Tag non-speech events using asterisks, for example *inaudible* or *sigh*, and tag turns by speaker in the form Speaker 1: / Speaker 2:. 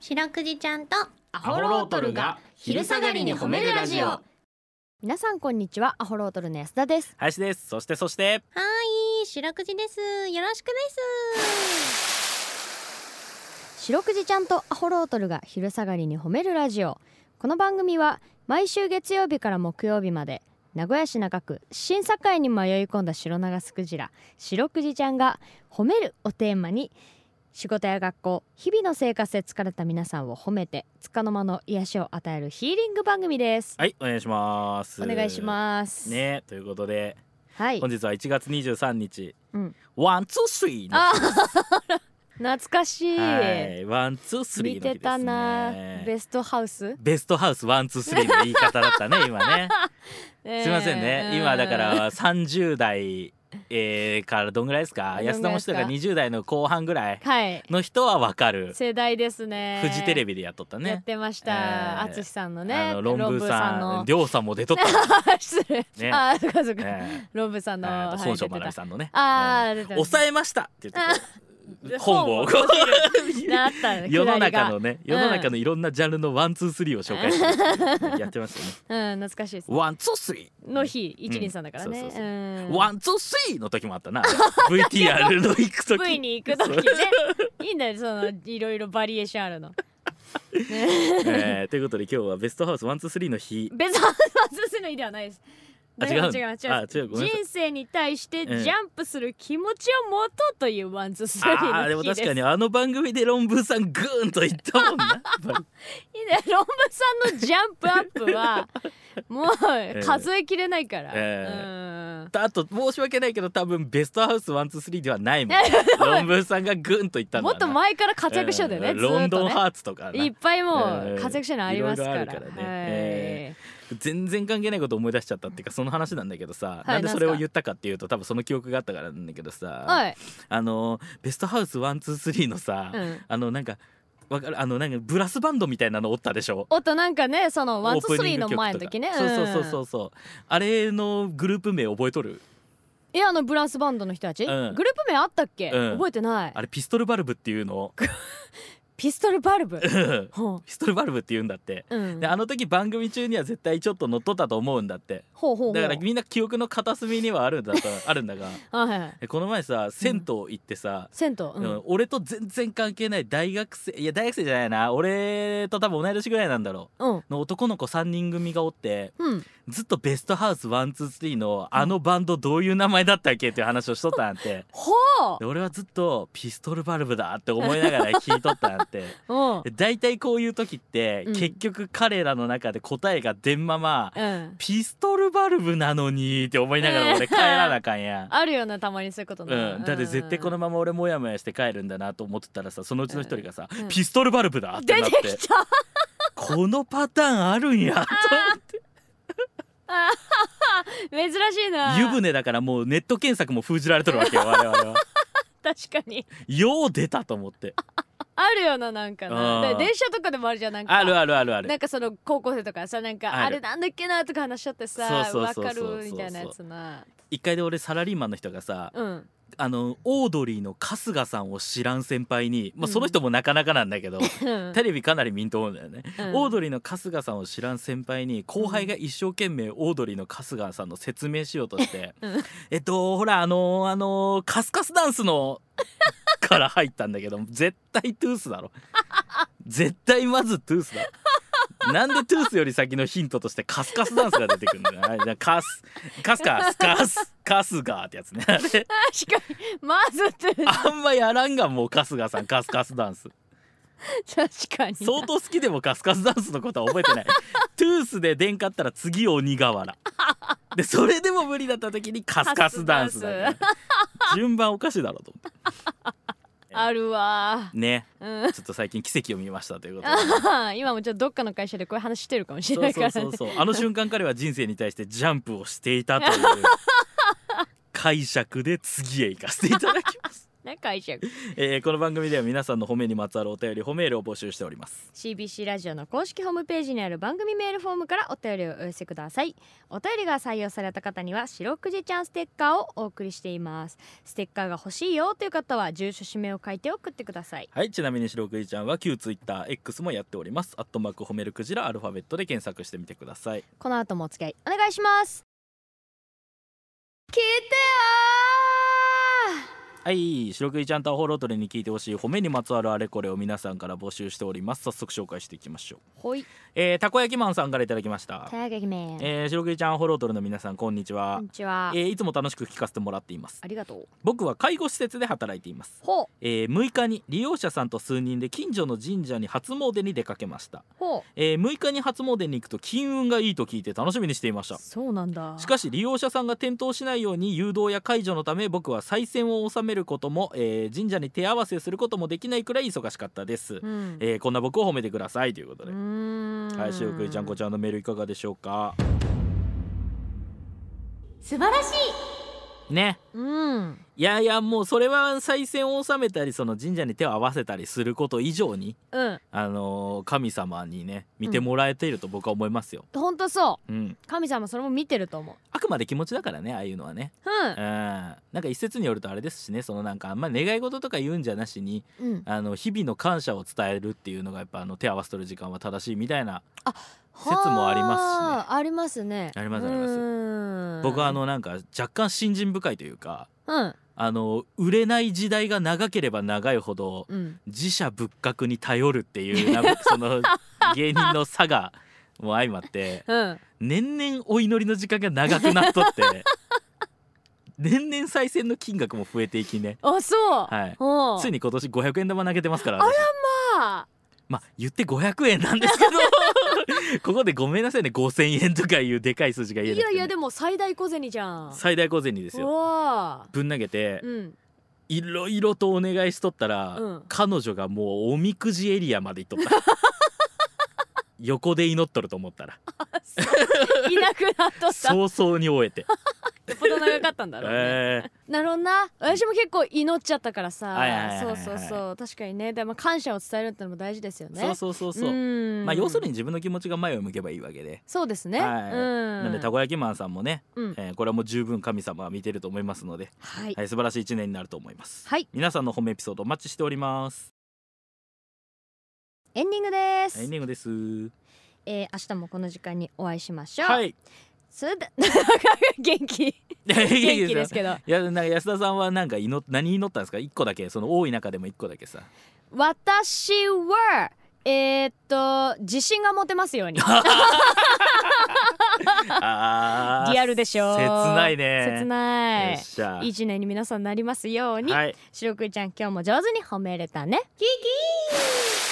Speaker 1: 白くじちゃんとア
Speaker 2: ホロートルが昼下がりに褒めるラジオは
Speaker 3: 皆さんこんにちはアホロートルの安田です
Speaker 2: 林ですそしてそして
Speaker 1: ーい白くじですよろしくです
Speaker 3: 白くじちゃんとアホロートルが昼下がりに褒めるラジオこの番組は毎週月曜日から木曜日まで名古屋市中区審査会に迷い込んだ白長スクジラ白くじちゃんが褒めるをテーマに仕事や学校日々の生活で疲れた皆さんを褒めて束の間の癒しを与えるヒーリング番組です
Speaker 2: はいお願いします
Speaker 3: お願いします
Speaker 2: ねということで
Speaker 3: はい
Speaker 2: 本日は1月23日
Speaker 3: うん
Speaker 2: ワンツースリー
Speaker 3: あ *laughs* 懐かしい、
Speaker 2: はいワンツースリ
Speaker 3: 見
Speaker 2: ーの日ですね
Speaker 3: てたなベストハウス、
Speaker 2: ベストハウスワンツースリーの言い方だ
Speaker 3: *laughs*
Speaker 2: ったね今ね
Speaker 3: えー
Speaker 2: すいませんね今だから30代えーからどんぐらいですか
Speaker 3: どんぐらいです
Speaker 2: 安
Speaker 3: か
Speaker 2: 田もしてたから20代の後半ぐらい
Speaker 3: はい
Speaker 2: の人はわかる
Speaker 3: 世代ですね
Speaker 2: フジテレ
Speaker 3: ビ
Speaker 2: ビでやっとった
Speaker 3: やっ
Speaker 2: ね
Speaker 3: てまし
Speaker 2: え
Speaker 3: た
Speaker 2: ー
Speaker 3: 淳、さんの
Speaker 2: あ
Speaker 3: ね
Speaker 2: の論文さん
Speaker 3: の
Speaker 2: りょうさんも出とった *laughs*
Speaker 3: 失礼、
Speaker 2: ね
Speaker 3: *laughs* あーそうかそうか、
Speaker 2: え
Speaker 3: 論文さん
Speaker 2: ー
Speaker 3: の、
Speaker 2: あ
Speaker 3: は
Speaker 2: と
Speaker 3: い
Speaker 2: 孫正
Speaker 3: 出てた
Speaker 2: 真奈美さんのね
Speaker 3: あー、出て
Speaker 2: え
Speaker 3: た
Speaker 2: ー抑えましたって言ってこう本をこ
Speaker 3: 本を
Speaker 2: *laughs* う
Speaker 3: なったね
Speaker 2: 世の
Speaker 3: くだ
Speaker 2: 中
Speaker 3: り
Speaker 2: のね世の中のいろんなジャンルのワンツースリーを紹介し
Speaker 3: *laughs*
Speaker 2: てやってましたよね
Speaker 3: がうん懐かしいです
Speaker 2: ワンツースリー
Speaker 3: の日一輪さんだからね、
Speaker 2: う
Speaker 3: うんん、
Speaker 2: そうそうそうワンツースリーの時もあっ
Speaker 3: *laughs*
Speaker 2: たな VTR の行く
Speaker 3: V
Speaker 2: 時
Speaker 3: に行く時ねいいんだよそのいろいろバリエーションあるの、ね、
Speaker 2: えーということで今日はベストハウスワンツースリーの日
Speaker 3: 別に外すの意ではないです
Speaker 2: あ違うの
Speaker 3: 違う違う
Speaker 2: あ違うごめんなさい
Speaker 3: 人生に対してジ
Speaker 2: ええ
Speaker 3: ャンプする気持ちを持とうというワンツースリー
Speaker 2: あーで
Speaker 3: の
Speaker 2: も
Speaker 3: 日です
Speaker 2: 確かにあの番組で論文さんグーンと言ったも
Speaker 3: *laughs*
Speaker 2: んな
Speaker 3: いいねロンブさんのジャンプアップ
Speaker 2: *laughs*
Speaker 3: はもう数えきれないから、
Speaker 2: ええ
Speaker 3: うん
Speaker 2: あと申し訳ないけど多分ベストハウスワンツースリーではない
Speaker 3: *laughs*
Speaker 2: もん論文さんがグーンと言ったんだ
Speaker 3: もっと前から活躍したんだよね、
Speaker 2: えー
Speaker 3: ず
Speaker 2: ロ
Speaker 3: ー
Speaker 2: ン
Speaker 3: っ
Speaker 2: ド
Speaker 3: と
Speaker 2: ン
Speaker 3: ね
Speaker 2: ハーツとかない
Speaker 3: っぱいも
Speaker 2: え
Speaker 3: う
Speaker 2: え
Speaker 3: 活躍したのありますから
Speaker 2: いろいろあるからね
Speaker 3: はい
Speaker 2: え全然関係ないこと思い出しちゃったっていうかその話なんだけどさ、
Speaker 3: い
Speaker 2: なんでそれ
Speaker 3: な
Speaker 2: を
Speaker 3: んすか
Speaker 2: 言ったかっていうと多分その記憶があったからなんだけどさ、
Speaker 3: はい
Speaker 2: あのベストハウスワンツースリーのさ、
Speaker 3: うん
Speaker 2: あのなんかわかるあのなんかブラスバンドみたいなのおったでしょ
Speaker 3: おっとなんかねそのワンツースリーの
Speaker 2: オープニング曲とか
Speaker 3: 前の時ね
Speaker 2: そうそうそうそううんそうあれのグループ名覚えとる
Speaker 3: えあのブラスバンドの人たち、
Speaker 2: うん
Speaker 3: グループ名あったっけ、
Speaker 2: うん
Speaker 3: 覚えてない
Speaker 2: あれピストルバルブってい
Speaker 3: *laughs*
Speaker 2: うの
Speaker 3: ピストルバル
Speaker 2: *laughs*
Speaker 3: ブほ
Speaker 2: ピストルバルブっていうんだって
Speaker 3: う、うん、
Speaker 2: であの時番組中には絶対ちょっと乗っとったと思うんだって
Speaker 3: ほうほうほう
Speaker 2: だからみんな記憶の片隅にはあるんだったあるんだが
Speaker 3: あはいはい
Speaker 2: えこの前さ銭湯行ってさ、
Speaker 3: 銭湯、うん
Speaker 2: うん、俺と全然関係ない大学生いや大学生じゃないな俺と多分同い年ぐらいなんだろ
Speaker 3: うん
Speaker 2: うの男の子3人組がおって
Speaker 3: うん、
Speaker 2: ずっとベストハウス123のあのバンドどういう名前だったっけっていう話をしとった
Speaker 3: *laughs*
Speaker 2: んやって
Speaker 3: ほ
Speaker 2: で俺はずっとピストルバルブだって思いながら聞いとったんやって
Speaker 3: ううん
Speaker 2: で大体こういう時って、
Speaker 3: うん
Speaker 2: 結局彼らの中で答えが出んまま
Speaker 3: うん
Speaker 2: ピストルバルブなのにって思いながら俺帰らなあかんやん
Speaker 3: あるよなたまにそういうことね
Speaker 2: うん、だって絶対このまま俺モヤモヤして帰るんだなと思ってたらさそのうちの一人がさ、
Speaker 3: うん
Speaker 2: ピストルバルブだって
Speaker 3: 出
Speaker 2: なって
Speaker 3: てきた
Speaker 2: このパターンあるんやと
Speaker 3: 珍しいな
Speaker 2: 湯船だからもうネット検索も封じられとるわけよ我々は
Speaker 3: 確かに
Speaker 2: よう出たと思って
Speaker 3: あるよななんか
Speaker 2: うん
Speaker 3: なだから電車とかでもあるじゃんなんか
Speaker 2: あるあるあるあ
Speaker 3: な
Speaker 2: る
Speaker 3: んかその高校生とかさなんか
Speaker 2: ある
Speaker 3: あれなんだっけなとか話しちゃってさ
Speaker 2: そう
Speaker 3: わ
Speaker 2: そうそ
Speaker 3: か
Speaker 2: うそうそう
Speaker 3: るみたいなやつな
Speaker 2: 一回で俺サラリーマンの人がさ
Speaker 3: うん
Speaker 2: あのオードリーの春日さんを知らん先輩に、まあ、その人もなかなかなんだけど、
Speaker 3: うん
Speaker 2: テレビかなり見んと思うんだよね、
Speaker 3: うん
Speaker 2: オードリーの春日さんを知らん先輩に後輩が一生懸命オードリーの春日さんの説明しようとして、
Speaker 3: *laughs* うん
Speaker 2: えっとほらあのーあのーカスカスダンスの *laughs* から入ったんだけど絶対トゥース
Speaker 3: *laughs*
Speaker 2: だろ絶対まずトゥースだろなんでトゥースより先のヒントとしてカスカスダンスが出てくるんだよ、はいじゃあカスカスカスカスカスガーってやつねあれ
Speaker 3: 確かにまずって
Speaker 2: あんまやらんがんもう春日さんカスカスダンス
Speaker 3: 確かにな
Speaker 2: 相当好きでもカスカスダンスのことは覚えてないトゥースで殿下ったら次鬼瓦でそれでも無理だった時にカスカスダンスだよね順番おかしいだろうと思っ
Speaker 3: あるわ
Speaker 2: てね
Speaker 3: うん
Speaker 2: ちょっと最近奇跡を見ましたということで
Speaker 3: 今もちょっとどっかの会社でこういう話してるかもしれ *laughs*
Speaker 2: そ
Speaker 3: な
Speaker 2: う
Speaker 3: いか
Speaker 2: そ
Speaker 3: ら
Speaker 2: うそう
Speaker 3: ね
Speaker 2: そうあの瞬間彼は人生に対してジャンプをしていたという解釈で次へ行かせていただきます
Speaker 3: な解釈
Speaker 2: えーこの番組では皆さんの褒めにまつわるお便り褒めールを募集しております
Speaker 3: CBC ラジオの公式ホームページにある番組メールフォームからお便りをお寄せくださいお便りが採用された方には白くじちゃんステッカーをお送りしていますステッカーが欲しいよという方は住所氏名を書いて送ってください
Speaker 2: はいちなみに白くじちゃんは旧 TwitterX もやっておりますアットマーク褒めるクジラアルファベットで検索してみてください
Speaker 3: この後もお付き合いお願いします聞いてよ
Speaker 2: はい白くじちゃんとアホロートレに聞いてほしい褒めにまつわるあれこれを皆さんから募集しております早速紹介していきましょう
Speaker 3: ーほい
Speaker 2: えーたこ焼きマンさんからいただきました
Speaker 3: たやげめこ
Speaker 2: えー、白くじちゃんアホロートレの皆さんこんにちは
Speaker 3: んにちは
Speaker 2: えーいつも楽しく聞かせてもらっています
Speaker 3: ありがとう
Speaker 2: 僕は介護施設で働いています
Speaker 3: ほう
Speaker 2: えー6日に利用者さんと数人で近所の神社に初詣に出かけました、
Speaker 3: ほ
Speaker 2: えー6日に初詣に行くと金運がいいと聞いて楽しみにしていまし
Speaker 3: う
Speaker 2: た
Speaker 3: そうなんだ
Speaker 2: しかし利用者さんが転倒しないように誘導や解除のため僕は再選を収めることも、えー神社に手合わせすることもできないくらい忙しかったで
Speaker 3: う
Speaker 2: す、
Speaker 3: ん
Speaker 2: えーこんな僕を褒めてくださいということで、は
Speaker 3: はい
Speaker 2: しおくいちゃんこちゃんのメールいかがでしょうか
Speaker 1: 素晴らしい
Speaker 2: ね
Speaker 3: うん
Speaker 2: いやいやもうそれは再選を収めたりその神社に手を合わせたりすること以上に
Speaker 3: うん
Speaker 2: あのー神様にね見てもらえていると僕は思いますよ、
Speaker 3: ほんとそう
Speaker 2: うん
Speaker 3: 神様それも見てると思う
Speaker 2: あくまで気持ちだからねああいうのはね、うん、なんか一説によるとあれですしねそのなんかあんまり願い事とか言うんじゃなしに
Speaker 3: うん、うん、
Speaker 2: あの日々の感謝を伝えるっていうのがやっぱあの手合わせとる時間は正しいみたいな説もありますしね
Speaker 3: はあありますね
Speaker 2: ありますあります
Speaker 3: す
Speaker 2: 僕はあのなんか若干信心深いというか
Speaker 3: うん
Speaker 2: あの売れない時代が長ければ長いほど
Speaker 3: うん
Speaker 2: 自社仏閣に頼るっていうなん
Speaker 3: *laughs*
Speaker 2: かその芸人の差がもう相まって。
Speaker 3: うん
Speaker 2: 年々お祈りの時間が長くなっとって年々再選の金額も増えていきね
Speaker 3: あそう
Speaker 2: はい
Speaker 3: *laughs* ほう
Speaker 2: ついに今年500円玉投げてますから
Speaker 3: あら
Speaker 2: 私
Speaker 3: まあ
Speaker 2: まあ言って500円なんですけど *laughs* ここでごめんなさいね5000円とかいうでかい数字が言え
Speaker 3: い
Speaker 2: なくて
Speaker 3: や
Speaker 2: ね、
Speaker 3: いやでも最大小銭じゃん
Speaker 2: 最大小銭ですよ
Speaker 3: わあ
Speaker 2: ぶん投げて
Speaker 3: うん
Speaker 2: いろいろとお願いしとったら、
Speaker 3: うん
Speaker 2: 彼女がもうおみくじエリアまで
Speaker 3: *laughs*
Speaker 2: 行っとった横で祈っとると思ったら
Speaker 3: いなくなっとったよ
Speaker 2: 早々に
Speaker 3: *laughs*
Speaker 2: 終え
Speaker 3: っ
Speaker 2: て、
Speaker 3: ぽど長かったんだろうね、
Speaker 2: *laughs* えー
Speaker 3: なるほどな私も結構祈っちゃったからさ、
Speaker 2: はいはいはい
Speaker 3: そ
Speaker 2: は
Speaker 3: う
Speaker 2: い
Speaker 3: そうそう確かにねでも感謝を伝えるってのも大事ですよね
Speaker 2: そうそうそうそう、
Speaker 3: ん
Speaker 2: まあ要するに自分の気持ちが前を向けばいいわけで、
Speaker 3: そうですね、
Speaker 2: はい
Speaker 3: うん
Speaker 2: なんでたこ焼きマンさんもね、
Speaker 3: うん
Speaker 2: えーこれはもう十分神様が見てると思いますので、
Speaker 3: はい
Speaker 2: はい、素晴らしい一年になると思います、
Speaker 3: はい
Speaker 2: 皆さんの褒めエピソードお待ちしております
Speaker 3: エンディングです、
Speaker 2: エンディングです
Speaker 3: えー明日もこの時間にお会いしましょう、
Speaker 2: はい
Speaker 3: それで元気 *laughs* 元気です
Speaker 2: ど
Speaker 3: けど
Speaker 2: *laughs* いやなんか安田さんはなんか祈っ何祈ったんですか一個だけその多い中でも一個だけ
Speaker 3: *laughs*
Speaker 2: さ
Speaker 3: 私はえー、っと自信が持てますように
Speaker 2: あー
Speaker 3: リアルでしょう
Speaker 2: 切ないね
Speaker 3: 切
Speaker 2: よ
Speaker 3: ない
Speaker 2: っしゃ
Speaker 3: いい一年に皆さんなりますように、
Speaker 2: はい
Speaker 3: 白くじちゃん今日も上手に褒めれたねキキー